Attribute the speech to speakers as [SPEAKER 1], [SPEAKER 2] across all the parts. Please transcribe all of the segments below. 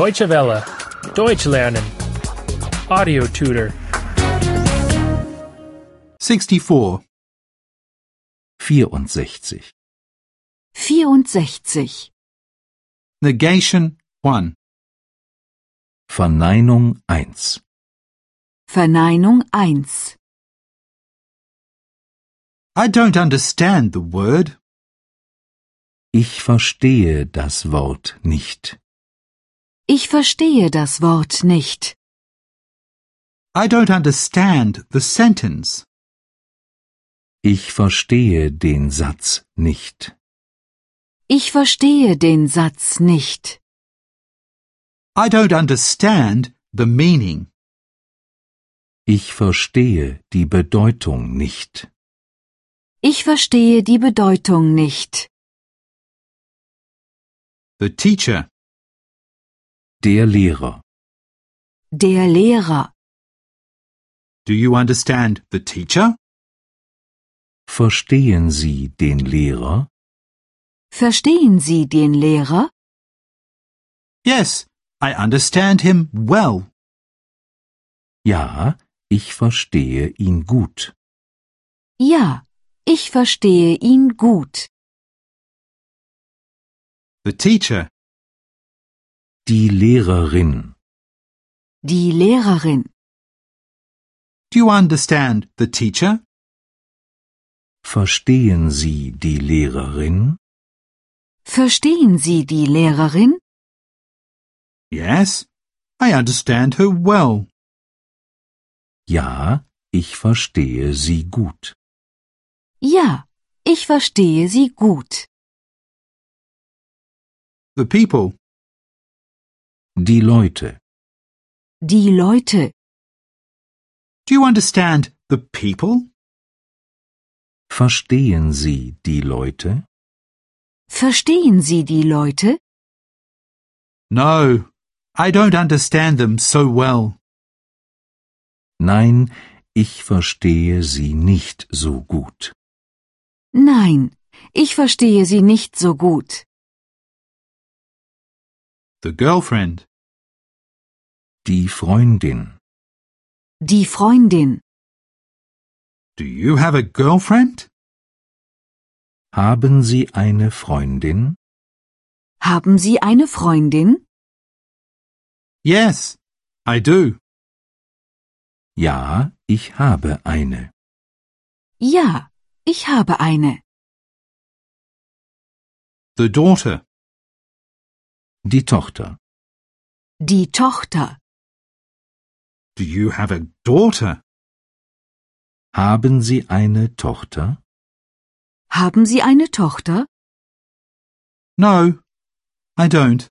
[SPEAKER 1] Deutsche Welle. Deutsch lernen. Audio tutor.
[SPEAKER 2] 64.
[SPEAKER 3] 64.
[SPEAKER 4] 64.
[SPEAKER 2] Negation 1.
[SPEAKER 3] Verneinung 1.
[SPEAKER 4] Verneinung 1.
[SPEAKER 2] I don't understand the word.
[SPEAKER 3] Ich verstehe das Wort nicht.
[SPEAKER 4] Ich verstehe das Wort nicht.
[SPEAKER 2] I don't understand the sentence.
[SPEAKER 3] Ich verstehe den Satz nicht.
[SPEAKER 4] Ich verstehe den Satz nicht.
[SPEAKER 2] I don't understand the meaning.
[SPEAKER 3] Ich verstehe die Bedeutung nicht.
[SPEAKER 4] Ich verstehe die Bedeutung nicht.
[SPEAKER 2] The teacher.
[SPEAKER 3] Der Lehrer.
[SPEAKER 4] Der Lehrer.
[SPEAKER 2] Do you understand the teacher?
[SPEAKER 3] Verstehen Sie den Lehrer?
[SPEAKER 4] Verstehen Sie den Lehrer?
[SPEAKER 2] Yes, I understand him well.
[SPEAKER 3] Ja, ich verstehe ihn gut.
[SPEAKER 4] Ja, ich verstehe ihn gut.
[SPEAKER 2] The teacher.
[SPEAKER 3] Die Lehrerin.
[SPEAKER 4] Die Lehrerin.
[SPEAKER 2] Do you understand the teacher?
[SPEAKER 3] Verstehen Sie die Lehrerin?
[SPEAKER 4] Verstehen Sie die Lehrerin?
[SPEAKER 2] Yes, I understand her well.
[SPEAKER 3] Ja, ich verstehe sie gut.
[SPEAKER 4] Ja, ich verstehe sie gut.
[SPEAKER 2] The people.
[SPEAKER 3] Die Leute.
[SPEAKER 4] Die Leute.
[SPEAKER 2] Do you understand the people?
[SPEAKER 3] Verstehen Sie die Leute?
[SPEAKER 4] Verstehen Sie die Leute?
[SPEAKER 2] No, I don't understand them so well.
[SPEAKER 3] Nein, ich verstehe sie nicht so gut.
[SPEAKER 4] Nein, ich verstehe sie nicht so gut.
[SPEAKER 2] The girlfriend.
[SPEAKER 3] Die Freundin.
[SPEAKER 4] Die Freundin.
[SPEAKER 2] Do you have a girlfriend?
[SPEAKER 3] Haben Sie eine Freundin?
[SPEAKER 4] Haben Sie eine Freundin?
[SPEAKER 2] Yes, I do.
[SPEAKER 3] Ja, ich habe eine.
[SPEAKER 4] Ja, ich habe eine.
[SPEAKER 2] The daughter.
[SPEAKER 3] Die Tochter.
[SPEAKER 4] Die Tochter.
[SPEAKER 2] Do you have a daughter?
[SPEAKER 3] Haben Sie eine Tochter?
[SPEAKER 4] Haben Sie eine Tochter?
[SPEAKER 2] No, I don't.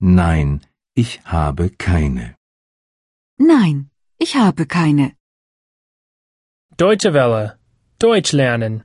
[SPEAKER 3] Nein, ich habe keine.
[SPEAKER 4] Nein, ich habe keine.
[SPEAKER 1] Deutsche Welle. Deutsch lernen.